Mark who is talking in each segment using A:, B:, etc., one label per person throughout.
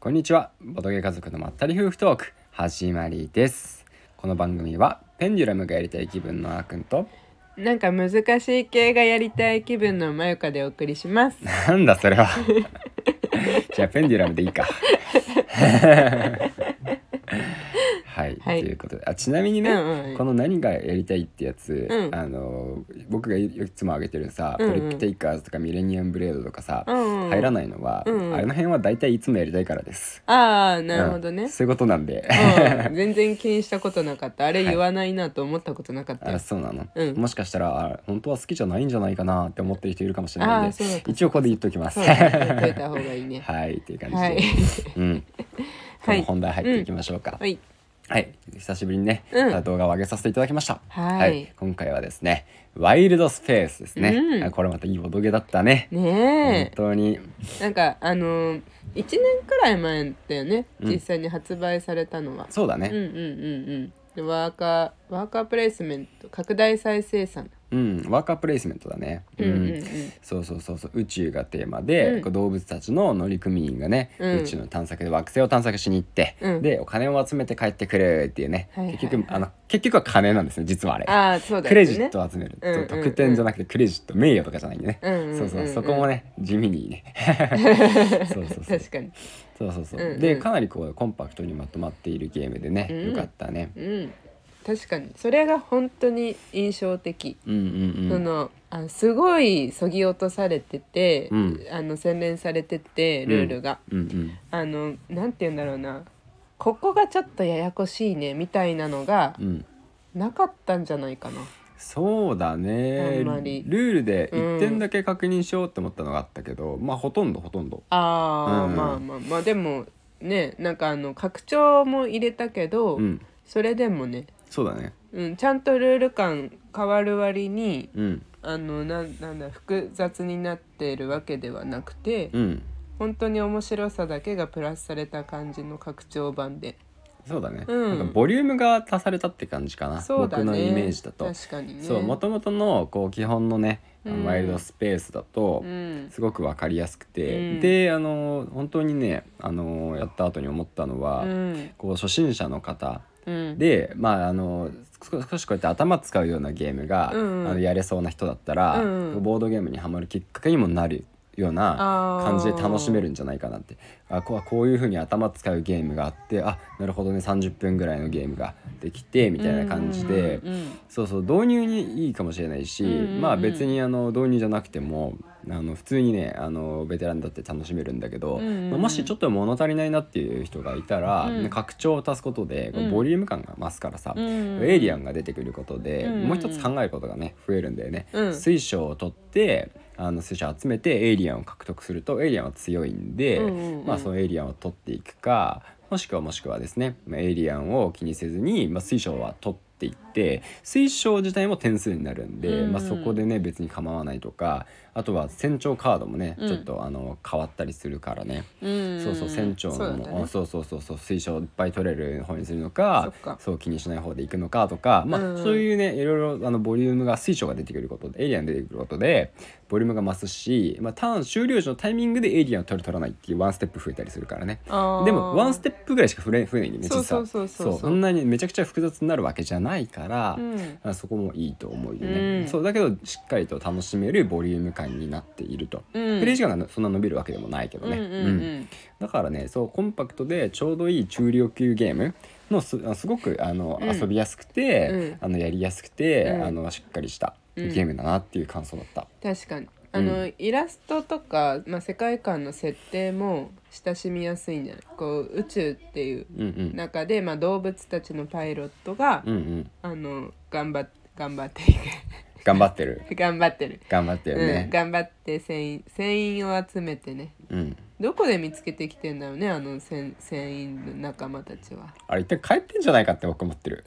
A: こんにちはボドゲ家族のまったり夫婦トーク始まりですこの番組はペンデュラムがやりたい気分のあーくんと
B: なんか難しい系がやりたい気分のまゆかでお送りします。
A: なんだそれはじゃあペンデュラムでいいか はい、
B: はい
A: ということであちなみにね、
B: うんうん
A: この何がやりたいってやつ、
B: うん
A: あの僕がいつも挙げてるさ、
B: うんうん
A: トリックテイカーズとかミレニアムブレードとかさ、
B: うんうん
A: 入らないのは、
B: うんうん
A: あれの辺は大体いつもやりたいからです。
B: ああ、なるほど
A: う
B: ね
A: ん。そういうことなんで。
B: うん、全然気にしたことなかった。あれ
A: はい
B: 言わないなと思ったことなかったよ。
A: あそうなの、
B: うん
A: もしかしたらあ本当は好きじゃないんじゃないかなって思ってる人いるかもしれないん
B: あそう
A: で
B: か
A: 一応ここで言っときます。
B: そう、
A: は
B: 言っといた方がいい ね。
A: いっていう感じで、
B: はい。
A: うん、
B: は
A: 今日
B: い。
A: 本題入っていきましょうか。
B: はい。
A: はい、久しぶりにね、
B: うん
A: また動画を上げさせていただきました。
B: はい
A: 今回はですね、ワイルドスペースですね。
B: うん
A: あこれまたいいボドゲだったね。
B: ね
A: 本当に、
B: え、なんかあのー、1年くらい前だよね。
A: うん
B: 実際に発売されたのは。
A: そうだ
B: うん
A: ね。
B: うんうんうん。でワーカーワーカープレイスメント拡大再生産。
A: うん、ワーカープレイスメントだね。
B: うんうんうん。
A: そうそうそうそう宇宙がテーマで、
B: うん
A: こう動物たちの乗組員がね、
B: うん
A: 宇宙の探索で惑星を探索しに行って、
B: うん
A: でお金を集めて帰ってくるっていうね、
B: はいはいはい
A: 結局あの結局は金なんですね実はあれ
B: ああ、そうだよね。
A: クレジットを集める、
B: うんうんうん
A: 特典じゃなくてクレジット名誉とかじゃないんでね、
B: うんうんうんうん
A: そうそうそこもね地味に ねそうそうそう
B: 確かに。
A: そうそうそう、
B: うんうん
A: でかなりこうコンパクトにまとまっているゲームでね、
B: うん
A: よかったね
B: うん確かにそれが本当に印象的、
A: うんうんう
B: そ
A: ん
B: のあのすごいそぎ落とされてて、
A: うん
B: あの洗練されててルールが、
A: うんうん
B: あのなんて言うんだろうなここがちょっとややこしいねみたいなのが
A: うん
B: なかったんじゃないかな、
A: そうだね
B: あんまり
A: ルールで1点だけ確認しようって思ったのがあったけど、まあほとんどほとんど
B: あー、
A: うん
B: まあまあまあでもねなんかあの拡張も入れたけど、
A: うん
B: それでもね、
A: そうだね
B: うん、ちゃんとルール感変わる割に
A: うん
B: あのなんなんだ複雑になっているわけではなくて、
A: うん
B: 本当に面白さだけがプラスされた感じの拡張版で
A: そうだね、
B: うん
A: なんかボリュームが足されたって感じかな、
B: そうだね
A: 僕のイメージだと、
B: 確かにね
A: そう元々のこう基本のね、あの
B: うん
A: ワイルドスペースだと、
B: うん
A: すごくわかりやすくて、
B: うん
A: であの本当にねあのやった後に思ったのは、
B: うん
A: こう初心者の方
B: うん
A: でまああの少少しこうやって頭使うようなゲームが、
B: うんうん
A: あのやれそうな人だったら、
B: うんうん
A: ボードゲームにはまるきっかけにもなるような
B: あー
A: 感じで楽しめるんじゃないかなってあこうこういう風に頭使うゲームがあってあなるほどね30分ぐらいのゲームができてみたいな感じで、
B: うんうん
A: そうそう導入にいいかもしれないし、
B: うんうんうん
A: まあ別にあの導入じゃなくてもあの普通にねあのベテランだって楽しめるんだけど、
B: うんうんうん
A: まあもしちょっと物足りないなっていう人がいたら、
B: うん
A: 拡張を足すことでこう
B: うん
A: ボリューム感が増すからさ、
B: うんうん
A: エイリアンが出てくることで、
B: うんうんうん
A: もう一つ考えることがね増えるんだよね。
B: うん
A: 水晶を取ってあの水晶を集めてエイリアンを獲得するとエイリアンは強いんで、
B: うんうんうん
A: まあ、そのエイリアンを取っていくかもしくはもしくはですね、まあ、エイリアンを気にせずに、まあ、水晶は取っていって水晶自体も点数になるんで、
B: うん
A: まあ、そこでね別に構わないとかあとは船長カードもね、
B: うん
A: ちょっとあの変わったりするからね。
B: うん
A: そうそう船長
B: そ
A: の
B: うだったね
A: もそうそうそうそう水晶いっぱい取れる方にするのか
B: そっか
A: そう気にしない方で行くのかとか、まあ
B: うん
A: そういうねいろいろあのボリュームが水晶が出てくることでエイリアン出てくることでボリュームが増すし、まあ、ターン終了時のタイミングでエイリアンを取る取らないっていうワンステップ増えたりするからね。
B: あー
A: でもワンステップぐらいしか増え増えないんでね実
B: そう
A: は
B: そうそうそうそう
A: そんなにめちゃくちゃ複雑になるわけじゃないから、
B: うん
A: あそこもいいと思うよね、
B: うん
A: そうだけどしっかりと楽しめるボリューム感になっていると、
B: うん
A: プレイ時間がそんな伸びるわけでもないけど
B: うん
A: ね、
B: うん
A: うんだからねそうコンパクトでちょうどいい中量級ゲームのすあすごくあの、
B: うん
A: 遊びやすくて、
B: うん
A: あのやりやすくて、
B: うん
A: あのしっかりしたゲ
B: うん
A: ームだなっていう感想だった。
B: 確かにあの、イラストとか、まあ、世界観の設定も親しみやすいんじゃないこう宇宙っていう
A: うんうん
B: 中で、まあ、動物たちのパイロットが、
A: うんうん、
B: あの頑張っ頑張ってい
A: 頑張ってる
B: く 頑張ってる、
A: 頑張ってる
B: うん、
A: ね。
B: 頑張って船員船員を集めてね
A: うん
B: どこで見つけてきてんだろうねあの船船員の仲間たちは
A: あれ一回帰ってんじゃないかって僕思ってる。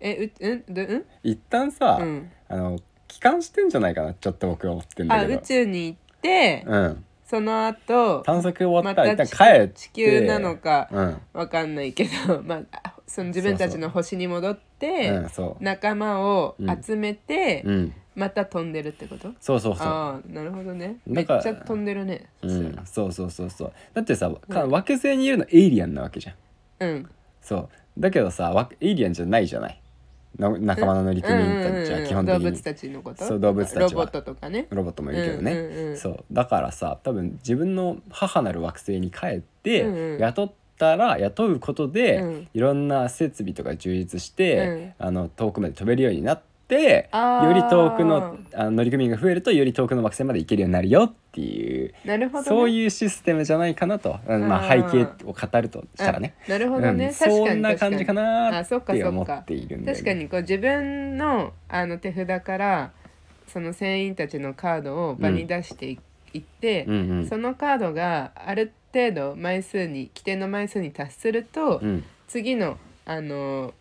B: えううんどうん
A: 一旦さ、
B: うん
A: あの帰還してんじゃないかなちょっと僕は思ってんだ
B: あ
A: けど。
B: 宇宙に行って、
A: うん、
B: その後
A: 探索終わ
B: ま
A: ったら
B: た
A: 一旦
B: 地
A: 帰って
B: 地球なのか
A: うん
B: わかんないけど、 まあ、その自分たちの星に戻って
A: うんそう
B: 仲間を集めて、
A: うん
B: また飛んでるってこと
A: そうそうそう
B: ああなるほどねめ
A: だ
B: っち
A: から
B: ゃ飛んでるね
A: う
B: そした
A: ん
B: ら、
A: そうそうそうそうだってさ、か惑星にいるのエイリアンなわけじゃん
B: うん
A: そうだけどさわエイリアンじゃないじゃないの仲間の乗組員たちは基本的
B: 動物
A: に
B: たちのこと
A: そう動物たちは
B: ロボットとかね
A: ロボットもいるけど
B: うんうんう
A: ね
B: ん
A: そうだからさ多分自分の母なる惑星に帰っ
B: うんう
A: て
B: ん
A: 雇ったら雇うこと
B: う
A: で
B: ん
A: いろんな設備とか充実してあの遠くまで飛べるようになって
B: あー
A: より遠くのあの乗組員が増えるとより遠くの惑星まで行けるようになるよっていう
B: なるほど、ね、
A: そういうシステムじゃないかなとうんまあ背
B: あー
A: 景を語るとしたらね。
B: あなるほど
A: う
B: ね、
A: ん
B: 確かに
A: そんな感じかな
B: あそ
A: ー
B: っ
A: っ
B: かそってか
A: 思っているんだよね
B: 確かにこう自分のあの手札からその船員たちのカードを場に出してい,、って、
A: うんうん
B: そのカードがある程度枚数に規定の枚数に達すると、
A: うん
B: 次のあの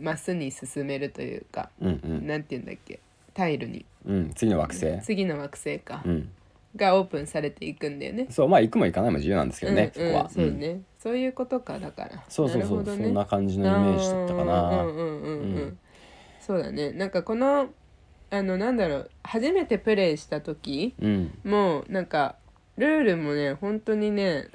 B: マスに進めるというか、
A: うんうん
B: なんて言うんだっけタイルに
A: うん次の惑星
B: 次の惑星か、
A: うん
B: がオープンされていくんだよね。
A: そうまあ行くも行かないも自由なんですけどね、
B: うんうん
A: そこは。
B: そうね、
A: ん
B: そういうことかだから。
A: そうそうそう、
B: なるほど
A: そ
B: ね
A: んな感じのイメージだったかな。
B: うんうんうんうん、う
A: うんん、
B: そうだねなんかこのあのなんだろう初めてプレイした時
A: うん、
B: もうなんかルールもね本当にね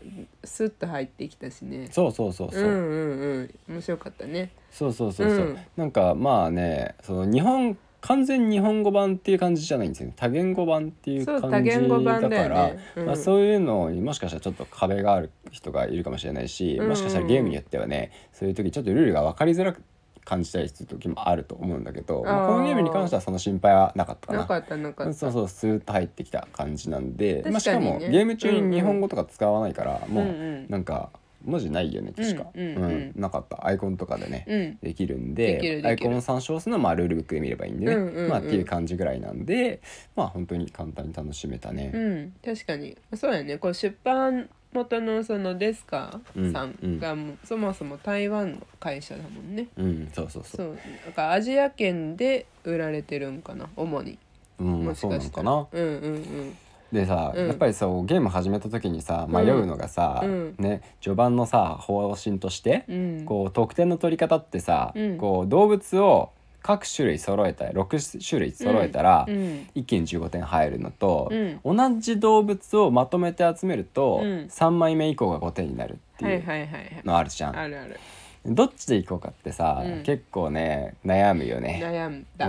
B: スッと入ってきたしね
A: そうそうそうそう、
B: うんうんうん面白かったね
A: そうそうそうそう、
B: うん
A: なんかまあね、その日本完全日本語版っていう感じじゃないんですよね。多言語版っていう
B: そう
A: 感じ
B: 多言語版だ
A: だ
B: よ
A: から、
B: ねうん
A: まあそういうのにもしかしたらちょっと壁がある人がいるかもしれないし、
B: うんうん
A: もしかしたらゲームによってはね、そういう時ちょっとルールが分かりづらく感じたりする時もあると思うんだけど、まあ
B: あー
A: このゲームに関してはその心配はなかったかな。
B: なかったなかった
A: そうそうスーッと入ってきた感じなんで、まあ、
B: 確
A: し
B: か
A: か
B: にね
A: もゲーム中に日本語とか使わないから、
B: うん
A: も
B: うん
A: うなんか文字ないよね確か、
B: うんうんうん
A: なかったアイコンとかでね、
B: うん
A: できるんで
B: できるできる
A: アイコンを参照するのはまあルールブックで見ればいいんでね、
B: うんうんうん
A: まあ、っていう感じぐらいなんでまあ本当に簡単に楽しめたね。
B: うん、確かにそうやねこう出版元のそのデスカさ
A: うんん
B: がもう、そもそも台湾の会社だもんね
A: うん、そうそうそう
B: そうなんかアジア圏で売られてるんかな主に
A: うんま
B: も
A: あ
B: し
A: そうな
B: か
A: の
B: した
A: からな
B: うんうん
A: でさ、
B: うん
A: やっぱりさゲーム始めた時にさ迷うのがさ、
B: うん
A: ね序盤のさ方針として、
B: うんうん
A: こう得点の取り方ってさ、
B: うん
A: こう動物を各種類揃えた6種類揃えたら、
B: うん
A: 一気に15点入るのと、
B: うん
A: 同じ動物をまとめて集めると、
B: うん
A: 3枚目以降が5点になるって
B: はいいうはいはいはい
A: のあるじゃん、
B: あるある
A: どっちでいこうかってさ、
B: うん
A: 結構ね悩むよね。
B: 悩ん
A: う
B: だ、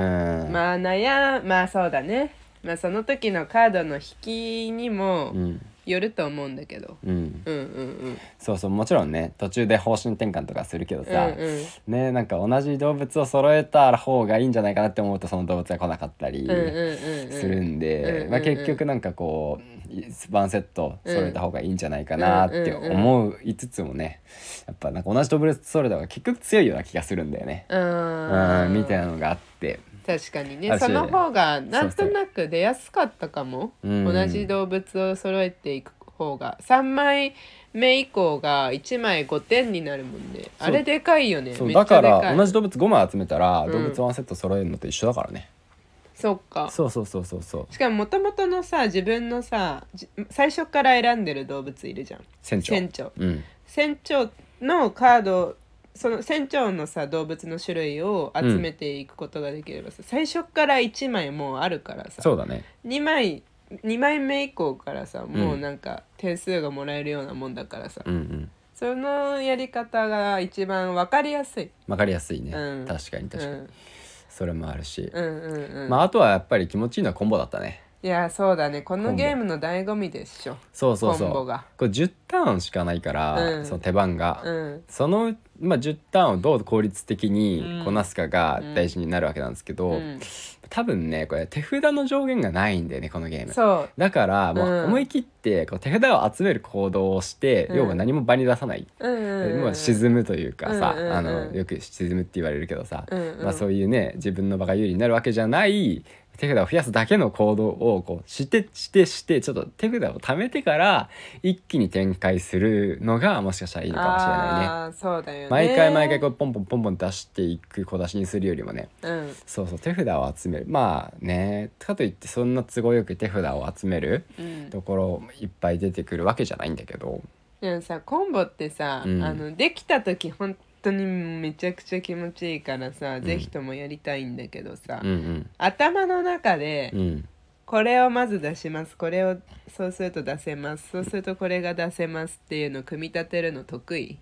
A: ん
B: まあ悩まあそうだねまあその時のカードの引きにも
A: うん
B: よると思うんだけど、
A: うん、
B: うん、うんうん
A: そうそうもちろんね途中で方針転換とかするけど
B: うんう
A: さ、
B: ん
A: ねなんか同じ動物を揃えた方がいいんじゃないかなって思うとその動物が来なかったり、
B: うんうんうん
A: するん
B: うんうん
A: で、
B: うん
A: まあ、結局なんかこうワンセット揃えた方がいいんじゃないかなって思いつつもねやっぱなんか同じ動物揃えた方が結局強いような気がするんだよね、
B: うん
A: うん、みたいなのがあって
B: 確かにね
A: あ
B: その方が
A: う
B: なんとなく出やすかったかも、
A: うん
B: 同じ動物を揃えていく方が3枚目以降が1枚5点になるもんね
A: そう
B: あれでかいよね
A: そう
B: めっちゃ
A: だ
B: でか
A: か
B: い
A: ら同じ動物5枚集めたら
B: ん
A: 動物ワンセット揃えるのと一緒だからね、
B: そっか
A: そうそうそうそうそう
B: しかももともとのさ自分のさじ最初から選んでる動物いるじゃん
A: 船長
B: 船長
A: うん
B: 船長のカードその船長のさ動物の種類を集めていくことができればさ、最初から1枚もうあるからさ
A: そうだね
B: 2枚2枚目以降からさもうなんか点数がもらえるようなもんだからさ、
A: うんうん
B: そのやり方が一番わかりやすい、
A: わかりやすいね、
B: うん
A: 確かに
B: う
A: 確かに、
B: ん、
A: それもあるし、
B: うんうんうん
A: まああとはやっぱり気持ちいいのはコンボだったね
B: いやそうだねこ
A: 今
B: の
A: 度
B: ゲームの醍醐味でしょ
A: そうそうそう
B: コンボが
A: これ10ターンしかないから、
B: うん
A: その手番が、
B: うん
A: その、まあ、10ターンをどう効率的にこなすかが
B: うん
A: 大事になるわけなんですけど、
B: うん
A: 多分ねこれ手札の上限がないんだよねこのゲーム。
B: そう
A: だからも
B: うん
A: う思い切ってこう手札を集める行動をして、
B: うん
A: 要は何も場に出さない、
B: うんうんうん
A: まあ、沈むというかさ、
B: うんうんうん
A: あのよく沈むって言われるけどさ、
B: うんうん
A: まあ、そういうね自分の場が有利になるわけじゃない手札を増やすだけの行動をこうしてしてしてちょっと手札を貯めてから一気に展開するのがもしかしたらいいのかもしれないね。
B: あーそうだよね
A: 毎回毎回こうポンポンポンポン出していく小出しにするよりもね
B: うん
A: そうそう手札を集めるまあねかといってそんな都合よく手札を集める
B: うん
A: ところいっぱい出てくるわけじゃないんだけど
B: でもさコンボってさ、
A: うん
B: あのできた時本当にめちゃくちゃ気持ちいいからさ、ぜひともやりたいんだけどさ、
A: うん
B: 頭の中で、
A: うんうん
B: これをまず出しますこれをそうすると出せますそうするとこれが出せますっていうのを組み立てるの得意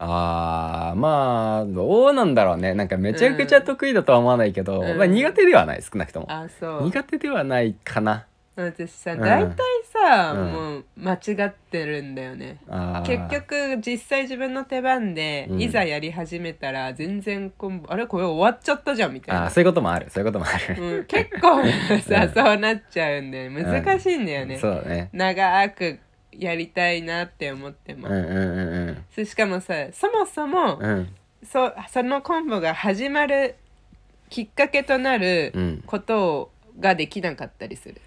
A: あーまあどうなんだろうねなんかめちゃくちゃ得意だとは思わないけど、
B: うん
A: まあ、苦手ではない少なくとも
B: あそう
A: 苦手ではないかな
B: 私さ
A: うん
B: 大体さ、
A: うん
B: もう間違ってるんだよね
A: あー
B: 結局実際自分の手番で、
A: うん
B: いざやり始めたら全然こんあれこれ終わっちゃったじゃんみたい
A: あー
B: な、
A: そういうこともあるそういうこともある、
B: うん、結構さ、
A: うん
B: そうなっちゃうんだよね難しいんだよね、
A: そうだね
B: 長くやりたいなって思って
A: う
B: も
A: ん、うんうん
B: そしかもさそもそも、
A: うんうん
B: そそのコンボが始まるきっかけとな
A: う
B: る
A: ん
B: ことをができなかったりする。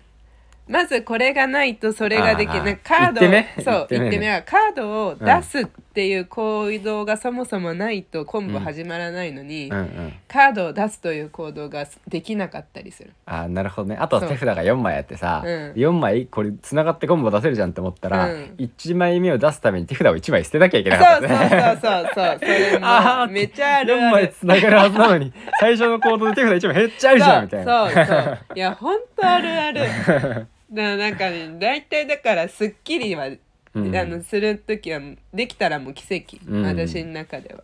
B: まずこれがないとそれができ
A: あー
B: ないカード
A: 一手目
B: をそう
A: 一手目ね
B: 一手目はカードを出すっていう行動がそもそもないとコンボ始まらないのに、
A: うんうん
B: カードを出すという行動ができなかったりする。
A: あーなるほどねあと
B: そう
A: 手札が4枚あってさ、
B: うん
A: 4枚これつながってコンボ出せるじゃんって思ったら、
B: うん
A: 1枚目を出すために手札を1枚捨てなきゃいけ
B: そ
A: な
B: う
A: かった
B: そう
A: ですね
B: そうそうそうそれ
A: あー
B: もめちゃある
A: 4
B: ある
A: 枚つながるはずなのに最初の行動で手札1枚減っちゃうじゃんみたいな
B: そうそうそういやほんとあるある ななんかね大体だから『スッキリは』
A: うん
B: あのする時はできたらもう奇跡、
A: うん
B: 私の中では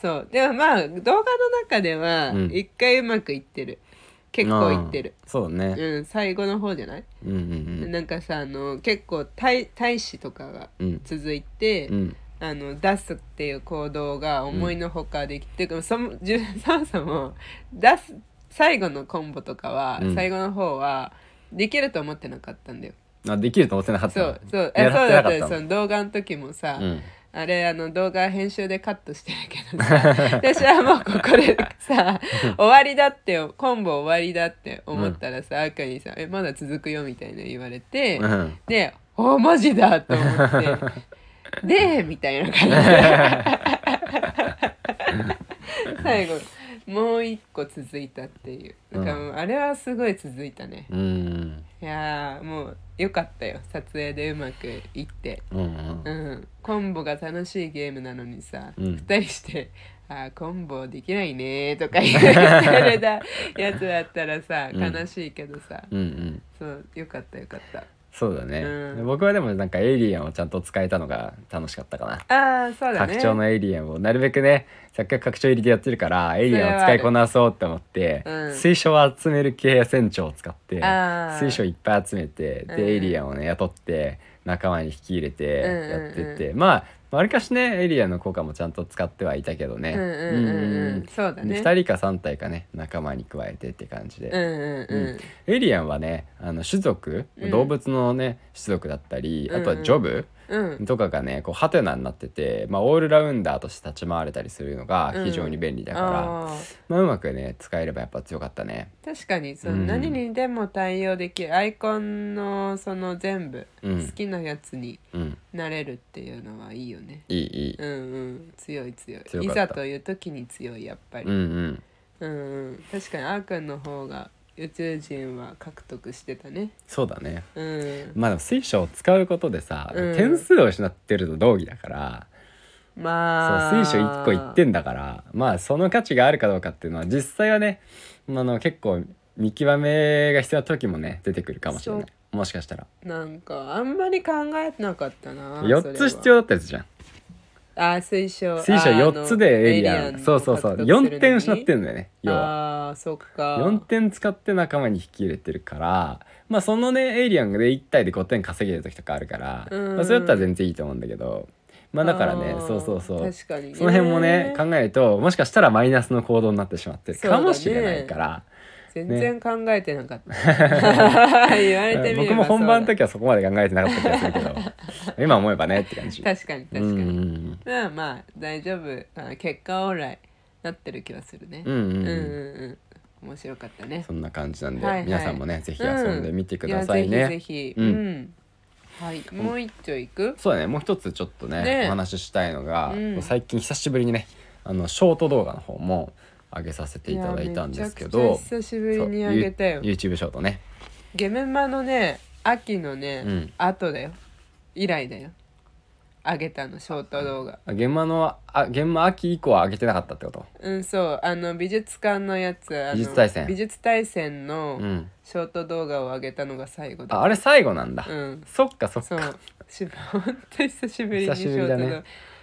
B: そうでもまあ動画の中では
A: うん
B: 一回うまくいってる、結構いってる
A: あーそう
B: う
A: だね、
B: ん最後の方じゃない、
A: うん、うん
B: なんかさあの結構大大使とかが
A: うんうん
B: 続いて、
A: うん
B: あの出すっていう行動が思いのほかできて、そも自分 そもそも出す最後のコンボとかは、
A: うん
B: 最後の方はできると思ってなかったんだよ。
A: あできると思ってなかった
B: そ
A: の
B: うそうえ
A: や
B: そう
A: って
B: だ
A: な
B: った
A: かった
B: よそ
A: の
B: の動画の時もさ、
A: うん
B: あれあの動画編集でカットしてるけどさ私はもうここでさ終わりだってコンボ終わりだって思ったらさ、赤にさ「えまだ続くよ」みたいな言われて。
A: うん
B: で、おーマジだと思って。 で、みたいな感じで。最後、もう一個続いたっていう。だからもうあれはすごい続いたね。
A: うん
B: いやー、もう良かったよ。撮影でうまくいって。
A: うんうん
B: うん。コンボが楽しいゲームなのにさ、
A: うん
B: 二人して、あーコンボできないねーとか言ってるだやつだったらさ、
A: うん
B: 悲しいけどさ、
A: うんうん
B: そう、よかったよかった。
A: そうだね、
B: うん
A: 僕はでもなんかエイリアンをちゃんと使えたのが楽しかったかな
B: ああ、そうだね。
A: 拡張のエイリアンをなるべくねせっかく拡張入りでやってるからエイリアンを使いこなそうって思って、
B: うん
A: 水晶を集める系船長を使って
B: あー
A: 水晶いっぱい集めて
B: うん
A: でエイリアンをね雇って仲間に引き入れて
B: うん
A: やって
B: うんう
A: っ
B: ん
A: て、まあわりかしねエイリアンの効果もちゃんと使ってはいたけどね
B: うんうんうんうんそうだね
A: で2人か3体かね仲間に加えてって感じで、
B: うんうんうん
A: エイリアンはねあの種族、
B: うん
A: 動物のね種族だったりあとは
B: うんうん
A: ジョブ、
B: うん
A: とかがねこうハテナになってて、まあ、オールラウンダーとして立ち回れたりするのが非常に便利だから、
B: あー
A: まあ、うまくね使えればやっぱ強かったね。
B: 確かにそうの
A: ん
B: 何にでも対応できるアイコンのその全部
A: う
B: 好
A: ん、
B: きなやつに
A: うん、
B: なれるっていうのはいいよね
A: いいいい、
B: うんうん強い強い
A: 強
B: い
A: かった
B: ざという時に強いやっぱ
A: う
B: り
A: んうん、
B: うんうん確かにあーくんの方が宇宙人は獲得してたね
A: そうだね
B: うん
A: まあでも水晶を使うことでさ、
B: うん
A: 点数を失ってると同義だから
B: まあ
A: そう水晶1個1点だからまあその価値があるかどうかっていうのは実際はねあの結構見極めが必要な時もね出てくるかもしれない
B: そ
A: もしかしたら
B: なんかあんまり考えなかったな
A: 4つ必
B: 要
A: 要だったやつじゃん
B: あー水晶
A: 水晶
B: あーあ
A: 4
B: の
A: つでエイリアン
B: の
A: そうそうそう
B: 獲得するのに
A: 4点失ってんだよね要は
B: ああーそっか
A: 4点使って仲間に引き入れてるからまあそのねエイリアンで1体で5点稼げる時とかあるから、
B: うん
A: まあ、それだったら全然いいと思うんだけどまあだからね
B: あー
A: そうそうそう
B: 確かにね
A: その辺もね考えるともしかしたらマイナスの行動になってしまってるかもしれないから、
B: 全然考えてなかっ た言われてみれば
A: 僕も本番の
B: そう
A: 時はそこまで考えてなかった気がする けど今思えばねって感じ。
B: だ確かに確かに、
A: うんうん
B: まあまあ大丈夫あ結果オーライなってる気はするね
A: うんうんうん
B: うん
A: う
B: うんん面白かったね
A: そんな感じなんで、
B: はいはい
A: 皆さんもねぜひ遊んでみてください
B: い
A: ね。
B: やぜひぜひ
A: う
B: うんん、はいもう一丁いく
A: そうだねもう一つちょっとね
B: ね
A: お話ししたいのが、
B: うん
A: 最近久しぶりにねあのショート動画の方も上げさせていただいたんですけ
B: いや
A: ど
B: めちゃくちゃ久しぶりにあげたよ
A: そう You- YouTube ショートね
B: ゲメマのね秋のね、
A: うん
B: 後だよ以来だよ上げたのショート動画
A: あ現場のあ現場秋以降は上げてなかったってこと
B: うんそうあの美術館のやつあの
A: 美術大戦
B: 美術大戦の
A: うん
B: ショート動画を上げたのが最後
A: あ
B: だ
A: あれ最後なんだ、
B: うん
A: そっかそっ
B: そ
A: か
B: うしぶ 本当に久しぶりに
A: 久
B: シ
A: しぶ
B: ョー
A: りだ
B: ト
A: ね
B: 動画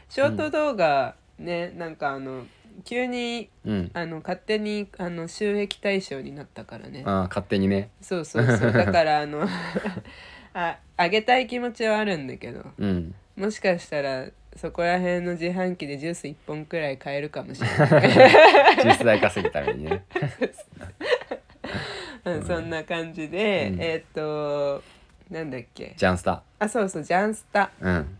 B: ショート動画ねなんかあの急に
A: うん
B: あの勝手にあの収益対象になったからね
A: あー勝手にね
B: そうそう そうだからあの ああげたい気持ちはあるんだけど
A: うん
B: もしかしたらそこら辺の自販機でジュース1本くらい買えるかもしれ ない、
A: 実際稼ぐためにね
B: うん、そんな感じで、
A: うん
B: えーっとなんだっけ
A: ジャンスタ
B: あそうそうジャンスタ
A: うん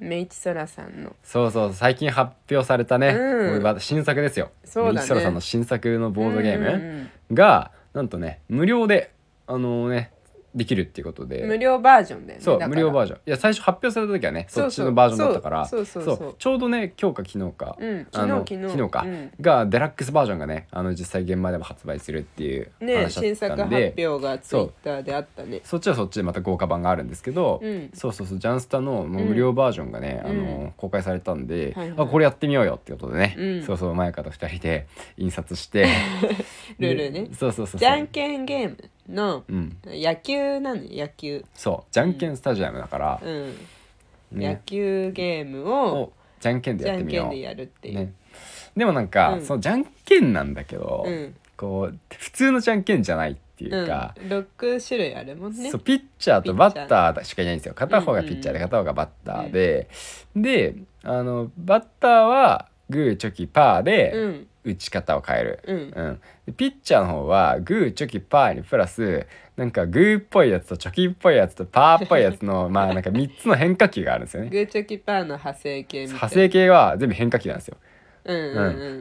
B: メイチソラさんの
A: そうそう最近発表されたね、
B: うん
A: 僕は新作ですよ
B: そうだね
A: ミキソラさんの新作のボードゲー
B: うん
A: ム
B: うん
A: が、なんとね無料であのねできるっていうことで
B: うん無料バージョンだよね
A: そう
B: だから
A: 無料バージョンいや最初発表された時はね
B: そう
A: そ
B: そ
A: っ
B: う
A: ちのバージョンだったから
B: そうそうそうそう
A: ちょうどね今日か昨日か、
B: うん
A: あの
B: 昨日昨日
A: か、
B: うん
A: がデラックスバージョンがねあの実際現場でも発売するっていう
B: ね
A: 話だ
B: 新
A: っ
B: 作
A: た
B: 発
A: んで、
B: 表がツイッターであったね
A: そっちはそっちでまた豪華版があるんですけど、
B: うん
A: そうそうそうジャンスタのもう無料バージョンがね、
B: うん
A: あの公開されたんで、
B: はいはい
A: あこれやってみようよってことでね、
B: うん
A: そうそう前方2人で印刷して
B: ルールね
A: でそうそうそうそう
B: じゃんけんゲームの
A: うん
B: 野球なのよ野球
A: そうじゃんけんスタジアムだから、
B: うん野
A: ね
B: 球ゲーム
A: を
B: を
A: じゃんけんで
B: じ
A: やっ
B: ゃ
A: て
B: ん
A: み
B: け
A: よ
B: ん
A: う
B: でやるっていう
A: ね、でもなんか、
B: うん
A: そのじゃんけんなんだけど、
B: うん
A: こう普通のじゃんけんじゃないっていうか、
B: うん、6種類あるもんね
A: そうピッチャーとバッターしかいないんですよ片方がピッチャーで
B: うん
A: 片方がバッターで、であのバッターはグーチョキパー
B: う
A: で
B: ん
A: 打ち方を変える、
B: うん
A: うんでピッチャーの方はグーチョキパーにプラスなんかグーっぽいやつとチョキっぽいやつとパーっぽいやつ のまあなんか3つの変化球があるんですよね
B: グ。ーチョキパーの派生系みたいな
A: 派生系は全部変化球なんですよ。
B: うんう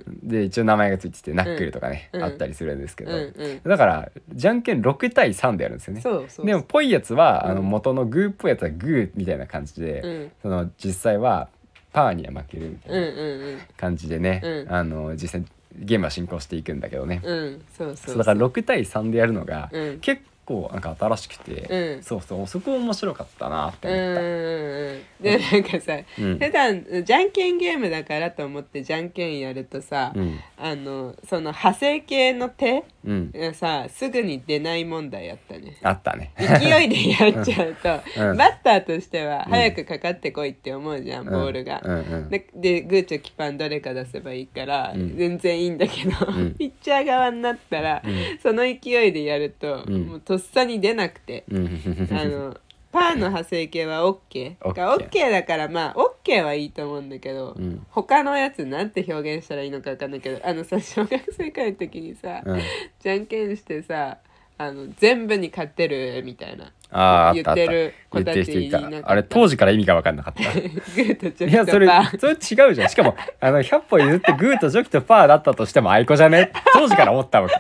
B: ん
A: で一応名前がついててナックルとかね、
B: うん
A: あったりするんですけ
B: うん
A: ど、
B: うん
A: だからじゃんけん6対3でやるんですよ
B: うん
A: ね。
B: そうそうそう
A: でもぽいやつは、あ
B: う
A: の
B: ん
A: 元のグーっぽいやつはグーみたいな感じで、
B: うん
A: その実際はパーには負けるみたい
B: うん
A: な
B: うん
A: 感じでね、
B: うん
A: あの実際ゲームは進行していくんだけどね、
B: うんうんそう
A: そ
B: そうそう
A: うだから6対3でやるのが、
B: うん
A: 結構なんか新しくて、
B: うん
A: そうそうそこ面白かったなって
B: うんうん
A: 思った。
B: うんでなんかさ、
A: うん
B: 普段じゃんけんゲームだからと思ってじゃんけんやるとさ、
A: うん
B: あのその派生系の手
A: うん、
B: がさすぐに出ない問題やったね
A: あったね。
B: 勢いでやっちゃうと、
A: うん
B: バッターとしては早くかかってこいって思うじゃん、 ボールが。
A: うんうん
B: ででグーチョキパンどれか出せばいいから、
A: うん
B: 全然いいんだけど、
A: ん
B: ピッチャー側になったら、
A: うん
B: その勢いでやると、
A: うん
B: もうとっさに出なくて、
A: うん
B: あのパーの派生系は OK
A: オッケー
B: が OK だからまあ OK はいいと思うんだけど、
A: うん
B: 他のやつなんて表現したらいいのか分かんないけどあのさ小学生くらいの時にさ、
A: うん
B: じゃんけんしてさあの全部に勝てるみたいな
A: あーあ
B: 言
A: ったあ
B: っ
A: ってた
B: る子
A: 言ったて
B: ち
A: る人い
B: いなかった
A: あれ当時から意味が分かんなかった。
B: グーとチョ
A: い
B: キと
A: や
B: パ
A: それ
B: ー
A: それ違うじゃんしかもあの100歩譲ってグーとジョキとパーだったとしてもアイコじゃね当時から思ったわけ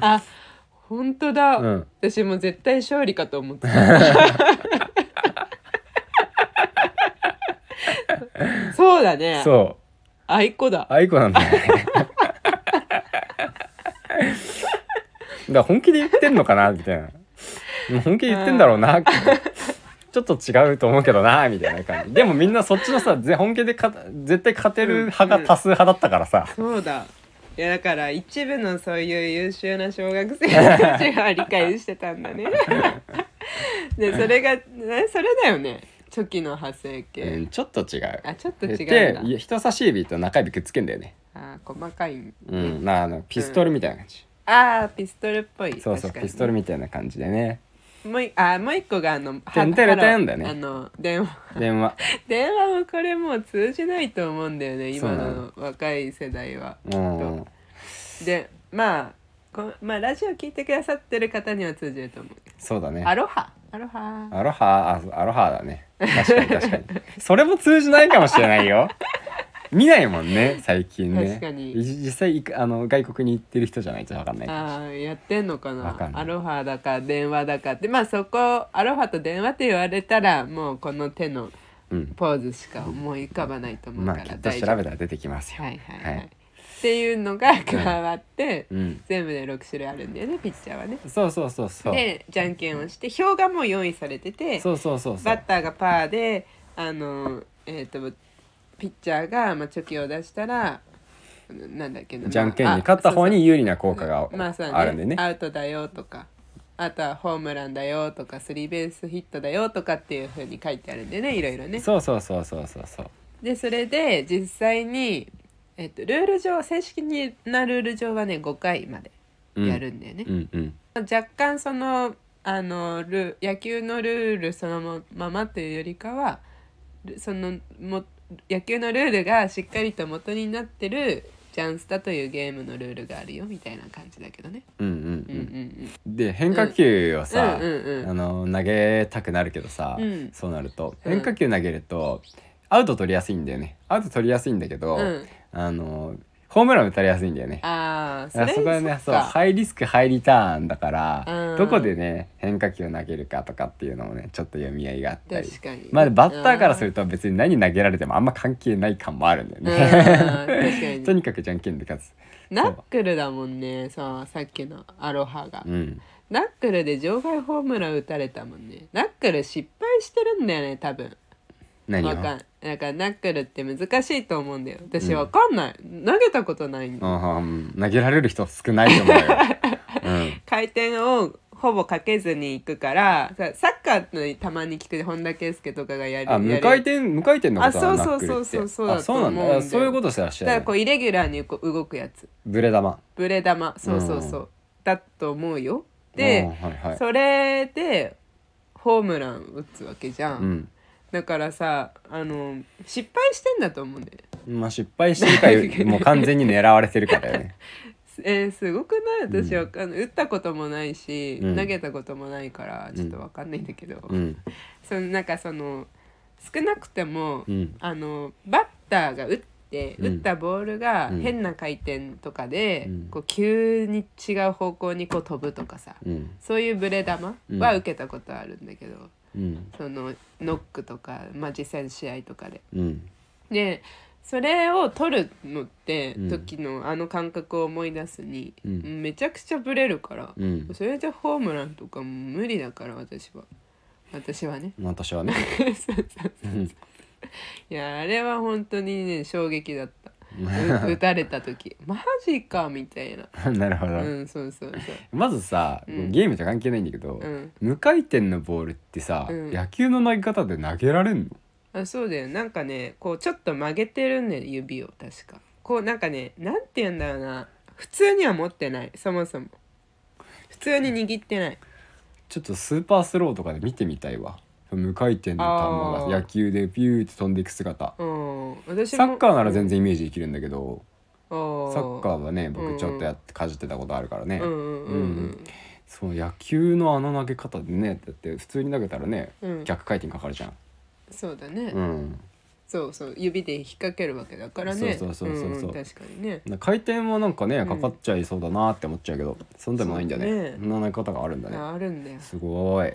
B: あ本当だ、
A: うん
B: 私もう絶対勝利かと思ってた そうだね
A: そ
B: あいこだ
A: うアイコなんだよね だから本気で言ってんのかなみたいなもう本気で言ってんだろうなちょっと違うと思うけどなみたいな感じでもみんなそっちのさぜ本気でか絶対勝てる派が多数派だったからさ、
B: そうだいやだから一部のそういう優秀な小学生たちが理解してたんだねでそれがねそれだよねチョキの派生系、
A: うんちょっと違う
B: あちょっと違うんだ
A: でいや人差し指と中指くっつけんだよね
B: あー細かい、ね
A: うん、まああのピストルみたいな感じ、
B: あーピストルっぽい
A: そうそう、
B: 確かに
A: ピストルみたいな感じでね
B: もういあーもう一個があのは
A: てんてれてんだよね
B: ハローあの電話
A: 電話
B: 電話もこれもう通じないと思うんだよね今
A: そうな
B: の若い世代は
A: うん
B: でまあこまあラジオ聞いてくださってる方には通じると思う
A: そうだね
B: アロハアロハ
A: アロハあアロハだね確かに確かにそれも通じないかもしれないよ 見ないもんね最近ね
B: 確かに
A: い実際いくあの外国に行ってる人じゃないと分かんない
B: あーやってんのかな
A: わかんない
B: アロハだか電話だかってまあそこアロハと電話って言われたらもうこの手の
A: うん
B: ポーズしか思い浮かばないと思う
A: まあ
B: か
A: き
B: ら
A: っと調べたら出てきますよ
B: はいはいはい、
A: はい
B: っていうのが加わって、
A: うん
B: 全部で6種類あるんだよねピッチャーはね
A: そうそうそうそう
B: でじゃんけんをして票がもう用意されてて
A: そうそうそうそう
B: バッターがパーであのえっ、とピッチャーが、まあ、チョキを出したらあのなんだっけな
A: じゃんけんに
B: あ
A: 勝った方
B: そう
A: に有利な効果が
B: そうまあそうね
A: あるんでね。
B: アウトだよとかあとはホームランだよとかスリーベースヒットだよとかっていうふうに書いてあるんでねいろいろね。
A: そうそうそうそうそうそう。
B: でそれで実際に、えっと、ルール上正式なルール上はね5回まで
A: うん
B: やるんだよね。
A: うんうん。
B: 若干そのあのル野球のルールそのままというよりかはルそのも野球のルールがしっかりと元になってるジャンスタというゲームのルールがあるよみたいな感じだけどね。
A: うんう
B: うんうん
A: う
B: ん
A: ん。で変化球をさ、
B: うんうんうん
A: あの投げたくなるけどさ、
B: うん
A: そうなると
B: うん
A: 変化球投げるとアウト取りやすいんだよね。アウト取りやすいんだけど、
B: うん
A: あのホームラン打たれやすいんだよね。
B: ああそ
A: だから
B: れ
A: そこはね
B: っ
A: そう
B: か
A: ハイリスクハイリターンだから、
B: うん
A: どこでね変化球を投げるかとかっていうのもねちょっと読み合いがあったり
B: 確かに
A: まあ、バッターからす
B: る
A: ると別に何投げられてもあんま関係ない感もあるんだよ
B: うん確か
A: ね。
B: に
A: とにかくじゃんけんで勝つ。
B: ナックルだもんねささっきのアロハが、
A: うん、
B: ナックルで場外ホームラン打たれたもんねナックル失敗してるんだよね多分
A: 何
B: わ
A: を
B: かんだからナックルって難しいと思うんだよ私わかんない、投げたことないんだ
A: うん投げられる人少ないと思う よ。うん
B: 回転をほぼかけずに行くからさサッカーのたまに聞く本田圭佑とかがやる
A: あ
B: や
A: 無
B: る
A: 回転無回転のことは
B: あ
A: ナ
B: そう
A: ッ
B: そ
A: ク
B: う
A: ル
B: そ
A: って
B: うそうそうだ
A: あそう
B: と思
A: なんだ
B: うんだよ
A: あそういうことしてらっし
B: だか
A: ゃ
B: ら
A: る
B: こうイレギュラーにこう動くやつ
A: ブレ玉
B: ブレ玉そうそうそう、
A: う
B: だと思うよ
A: うん
B: で、
A: はいはい
B: それでホームラン打つわけじゃん、
A: うん
B: だからさあの失敗してんだと思うんだよね
A: まあ、失敗してるかよりもう完全に狙われてるからよね。
B: えーすごくない
A: うん
B: 私は、あの打ったこともないし、
A: うん
B: 投げたこともないからちょっとわかんないんだけど、
A: うん
B: そのなんかその少なくても、
A: うん
B: あのバッターが打って
A: うん
B: 打ったボールが
A: うん
B: 変な回転とかで、
A: うん
B: こう急に違う方向にこう飛ぶとかさ、
A: うん
B: そういうブレ玉は受けたことあるんだけど、
A: うん
B: そのノックとか、まあ、実際の試合とかで。
A: うん
B: でそれを取るのって
A: うん
B: 時のあの感覚を思い出すに、
A: うん
B: めちゃくちゃブレるから、
A: うん
B: それでホームランとかも無理だから私は私はね
A: 私はね。 うん
B: いやあれは本当にね衝撃だったう 打たれた時マジかみたいな
A: なるほど。
B: うんそうそうそう
A: まずさ、
B: うん
A: ゲームと関係ないんだけど、
B: うん
A: 無回転のボールってさ、
B: うん
A: 野球の投げ方で投げられんの
B: あそうだよなんかねこうちょっと曲げてるんだよ指を確かこうなんかねなんて言うんだろうな普通には持ってないそもそも普通に握ってない
A: ちょっとスーパースローとかで見てみたいわ無回転の球が
B: あー
A: 野球でピューって飛んでいく姿
B: うん私も
A: サッカーなら全然イメージできるんだけど
B: サ
A: サッカーはね
B: うんう
A: 僕
B: ん
A: ちょっとやってかじってたことあるからね、
B: うんうんうん
A: その野球のあの投げ方でねだって普通に投げたらね、
B: うん
A: 逆回転かかるじゃん、
B: そうだね、
A: うん、
B: そうそう指で引っ掛けるわけだからね
A: そうそうそうそうそうん
B: ん確かにね
A: な回転はなんかね
B: ん
A: かかっちゃいそうだなって思っちゃうけど、そんでもないんだ
B: そう
A: ね
B: ね
A: そんな投げ方があるんだね
B: ああるんだよ
A: すごい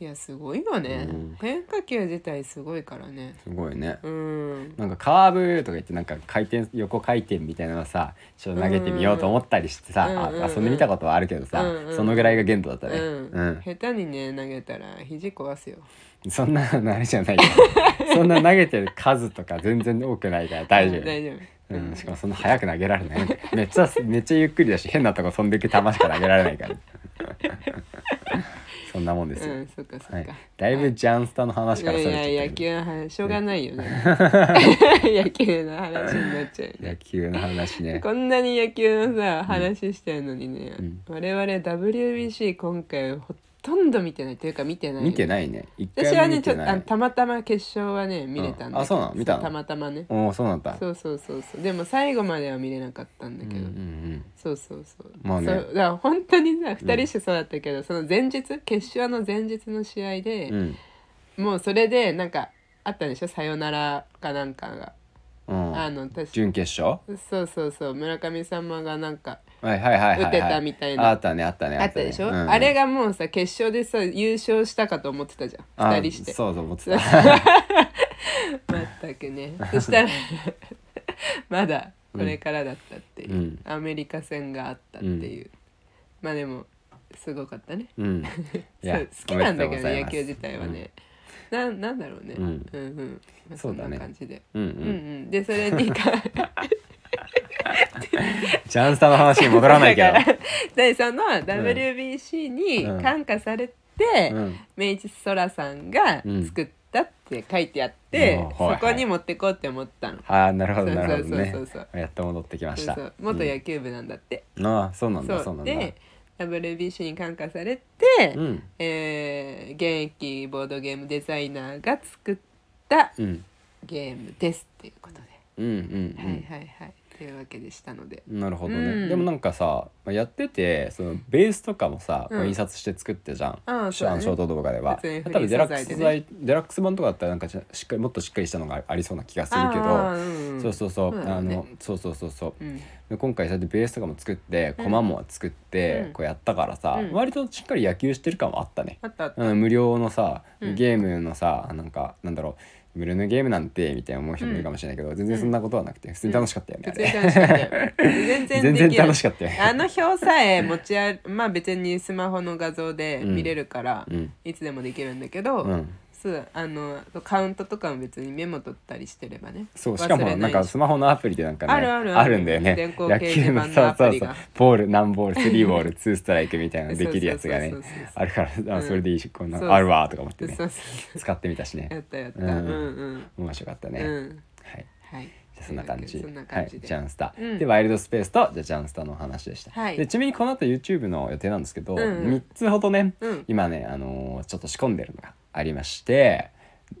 B: いやすごいよね、
A: うん
B: 変化球自体すごいからね
A: すごいね、
B: うん
A: なんかカーブとか言ってなんか回転横回転みたいなのさちょっと投げてみようと思ったりしてさ、
B: うんうんうん
A: あ遊んでみたことはあるけどさ、
B: うんうん
A: そのぐらいが限度だったね、
B: うん、下手にね投げたら肘壊すよ
A: うんそんなのあれじゃないからそんな投げてる数とか全然多くないから大丈
B: うん大
A: 夫、
B: 丈夫
A: う
B: うん
A: ん、しかもそんな早く投げられないめっちゃめっちゃゆっくりだし変なとこ飛んでいく球しか投げられないから そんなもんですよ、
B: うんそっかそっか、
A: はい、だいぶジャンスタの話からそれちゃった
B: いやいや野
A: けど
B: 球の話しょうがないよね 野球の話になっちゃうよね
A: 野球の話ね
B: こんなに野球のさ話してるのにね、
A: うん
B: 我々 WBC 今回ほとんど見てないというか見てないよ
A: 見てないね一
B: 私
A: 回
B: は
A: も
B: ね
A: 見
B: ちょ
A: て
B: っと
A: な
B: あの
A: い
B: たまたま決勝はね見れた
A: う
B: んだけど、
A: んあそうなの見たの
B: たまたまね
A: おおそうなんだった
B: そうそうそうそうでも最後までは見れなかったんだけど、
A: うんうん
B: そうそうそう
A: まあね
B: そうだから本当にさ2人してそうだったけど、その前日決勝の前日の試合で、
A: うん
B: もうそれでなんかあったんでしょさよならかなんかが、
A: うん
B: あの私
A: 準決勝
B: そうそうそう村上様がなんか
A: はいはいはいはいはい
B: 打てたみたいな
A: あったねあったね
B: あったでしょ、
A: ねうん
B: あれがもうさ決勝でさ優勝したかと思ってたじゃん
A: あ
B: 2人して
A: そうそう思ってた
B: 全くねそしたら まだこれからだったっていう、
A: うん
B: アメリカ戦があったっていう、まあでもすごかったね
A: うんいや
B: そう好きなんだけど
A: おめ
B: ね
A: でとうござい
B: 野
A: ます
B: 球自体はね、なんなんだろうね。
A: うん
B: うんうんまあ
A: そうだね
B: んな感じで。
A: うんう
B: うんうんん。でそれ にか
A: ジャンスタの話に戻らないけ
B: だか
A: ど
B: らでその WBC に
A: うん
B: 感化されて、
A: うん
B: 明治そらさんが作ったって書いてあって、
A: うんはいはい
B: そこに持ってこうって思ったの。
A: ああなるほどなるほど
B: そうそう
A: ね
B: そう
A: やっと戻ってきまし
B: そ
A: た
B: うそう元野球部なんだって。
A: うんああそうなんだそうなんだ
B: で WBC に感化されて、
A: うん
B: えー現役ボードゲームデザイナーが作った
A: うん
B: ゲームですっていうことで、
A: うんうんうん
B: はいはいはいというわけでしたので
A: なるほど
B: う
A: ね
B: ん
A: でもなんかさやっててそのベースとかもさ
B: うん
A: 印刷して作ってじゃん
B: ああ
A: シ
B: そう
A: ョ
B: だね
A: ート動画では
B: 別に
A: 多
B: フリ
A: 分
B: ー
A: デラック
B: 素材
A: ス
B: でね
A: 材デラックス版とかだったらなんかしっかりもっとしっかりしたのがありそうな気がするけ
B: あ
A: ど
B: ーうん
A: そうそうそう
B: そうだ
A: あ
B: ね
A: のそうそうそうそう
B: うん
A: で今回そうやってベースとかも作って
B: うん
A: コマも作って
B: うん
A: こうやったからさ
B: うん
A: 割としっかり野球してる感はあったね
B: あったあった、
A: うん無料のさ
B: うん
A: ゲームのさなんかなんだろう無料のゲームなんてみたいな思う人もいるかもしれないけど全然そんなことはなくて普通に楽しかったよねあ
B: 別
A: れ
B: に楽しかったよ 全然
A: 全
B: で
A: 然
B: きる
A: 楽しかったよね
B: あの表さえ持ち歩まあ別にスマホの画像で見れるから、
A: うん
B: いつでもできるんだけど、
A: うん
B: そうあのカウントとかも別にメモ取ったりしてればね
A: そうしかも
B: 忘れ
A: ないんかスマホのアプリでなんかね
B: あるある
A: あ
B: ある
A: るんだよ
B: 電
A: ね
B: 光
A: 野
B: 掲示
A: 球の
B: 板の
A: そう
B: アプ
A: そう
B: リ
A: そう
B: が
A: ボール何ボール3ボール2ストライクみたいなのできるやつがね
B: そうそうそうそうそう
A: あるからあそれでいいしこんな
B: そう
A: のあるわとか思って
B: そう
A: ね
B: そう
A: 使ってみたし
B: やっ
A: ね
B: たやった、
A: う
B: うんん、うん
A: 面白かった
B: うん、
A: ねはい
B: はい
A: じゃあそんな感じ
B: そんな
A: は
B: 感
A: い
B: じで、
A: ジャンスタ
B: うん
A: でワイルドスペースとじゃあジャンスタのお話でした
B: はい
A: でちなみにこの後 YouTube の予定なんですけど
B: うんうん
A: 3つほどね
B: うん
A: 今ねあのーちょっと仕込んでるのがありまして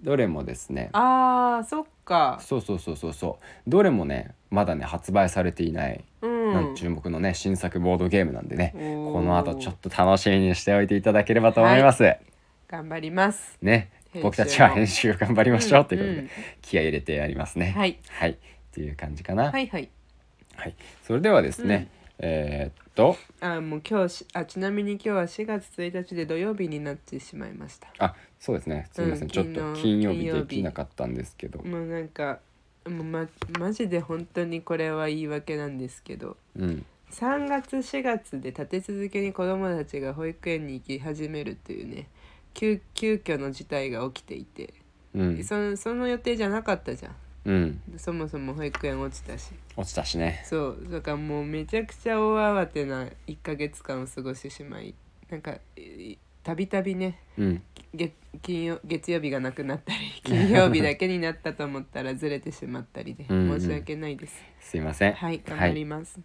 A: どれもですね
B: あーそっか
A: そうそうそうそうそうどれもねまだね発売されていない、
B: うん
A: なん注目のね新作ボードゲームなんでね
B: おー
A: この後ちょっと楽しみにしておいていただければと思います、
B: 頑張ります
A: ね
B: 編集も
A: 僕たちは編集を頑張りましょうということで、
B: うん
A: 気合い入れてやりますね
B: はい
A: っていう感じかなは、
B: はいいはい
A: それではですね、えーっと
B: あもう今日しあちなみに今日は4月1日で土曜日になってしまいました
A: あそうですねすみません、
B: うん
A: ちょっと金
B: 金
A: 曜
B: 曜
A: 日
B: 金曜
A: で
B: 日
A: きなかったんですけど、
B: もうなんかもうまマジで本当にこれは言い訳なんですけど
A: うん、
B: 3月4月で立て続けに子どもたちが保育園に行き始めるというね急急遽の事態が起きていて
A: うん、
B: そのその予定じゃなかったじゃん
A: うん、
B: そもそも保育園落ちたし
A: 落ちたしね、
B: そうだからもうめちゃくちゃ大慌てな1ヶ月間を過ごしてしまいなんかいたびたびね
A: うん、
B: 月金曜月曜日がなくなったり 金曜日だけになったと思ったらずれてしまったりで
A: うんうん
B: 申し訳ないです。
A: すいません、
B: はい頑張ります。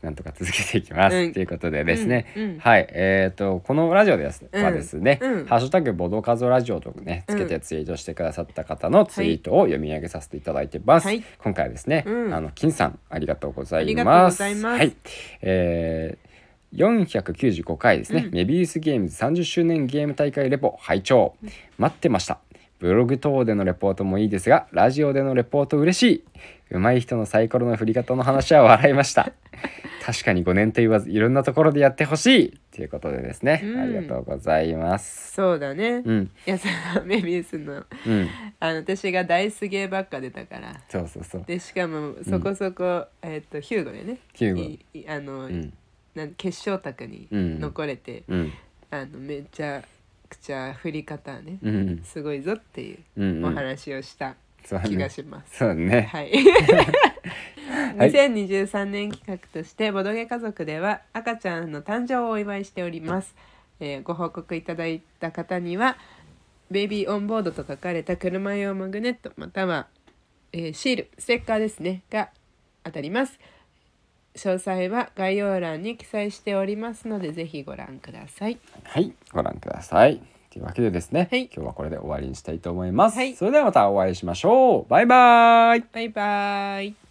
A: なんとか続けていきます。
B: うん
A: ということでですね、
B: うんうん
A: はい、えっ、と、このラジオです、
B: うん
A: はですね、
B: うん
A: ハッシュタグボドカゾラジオとね、つけてツイートしてくださった方のツイートを読み上げさせていただいてます。
B: はい
A: 今回はですね、
B: うん
A: あの、金さん、ありがとうございます。
B: ありがとうございます
A: はい、えー495回ですね、
B: うん
A: メビウスゲームズ30周年ゲーム大会レポ拝聴待ってましたブログ等でのレポートもいいですがラジオでのレポート嬉しい上手い人のサイコロの振り方の話は笑いました確かに5年と言わずいろんなところでやってほしいということでですね、
B: うん
A: ありがとうございます
B: そうだね。
A: うん
B: いやそのメビウス
A: う
B: の
A: ん
B: あの私が大スゲーばっか出たから。
A: そうそうそう
B: でしかもそこそこ、えっ、とヒューゴでね。
A: ヒューゴ
B: いいあの、
A: うん
B: なん決勝卓に
A: うん
B: 残れて、
A: うん
B: あのめちゃくちゃ振り方ね、
A: うん
B: すごいぞってい
A: うんうん
B: うお話をした
A: そうだ
B: 気が
A: ね
B: します。
A: そうだね
B: はい。
A: はい
B: 2023年企画としてボドゲ家族では赤ちゃんの誕生をお祝いしております。えーご報告いただいた方にはベイビーオンボードと書かれた車用マグネットまたは、えーシールステッカーですねが当たります。詳細は概要欄に記載しておりますのでぜひご覧ください。
A: はい、ご覧ください。というわけでですね、
B: はい
A: 今日はこれで終わりにしたいと思います。
B: はい
A: それではまたお会いしましょう。バイバイ。
B: バイバイ。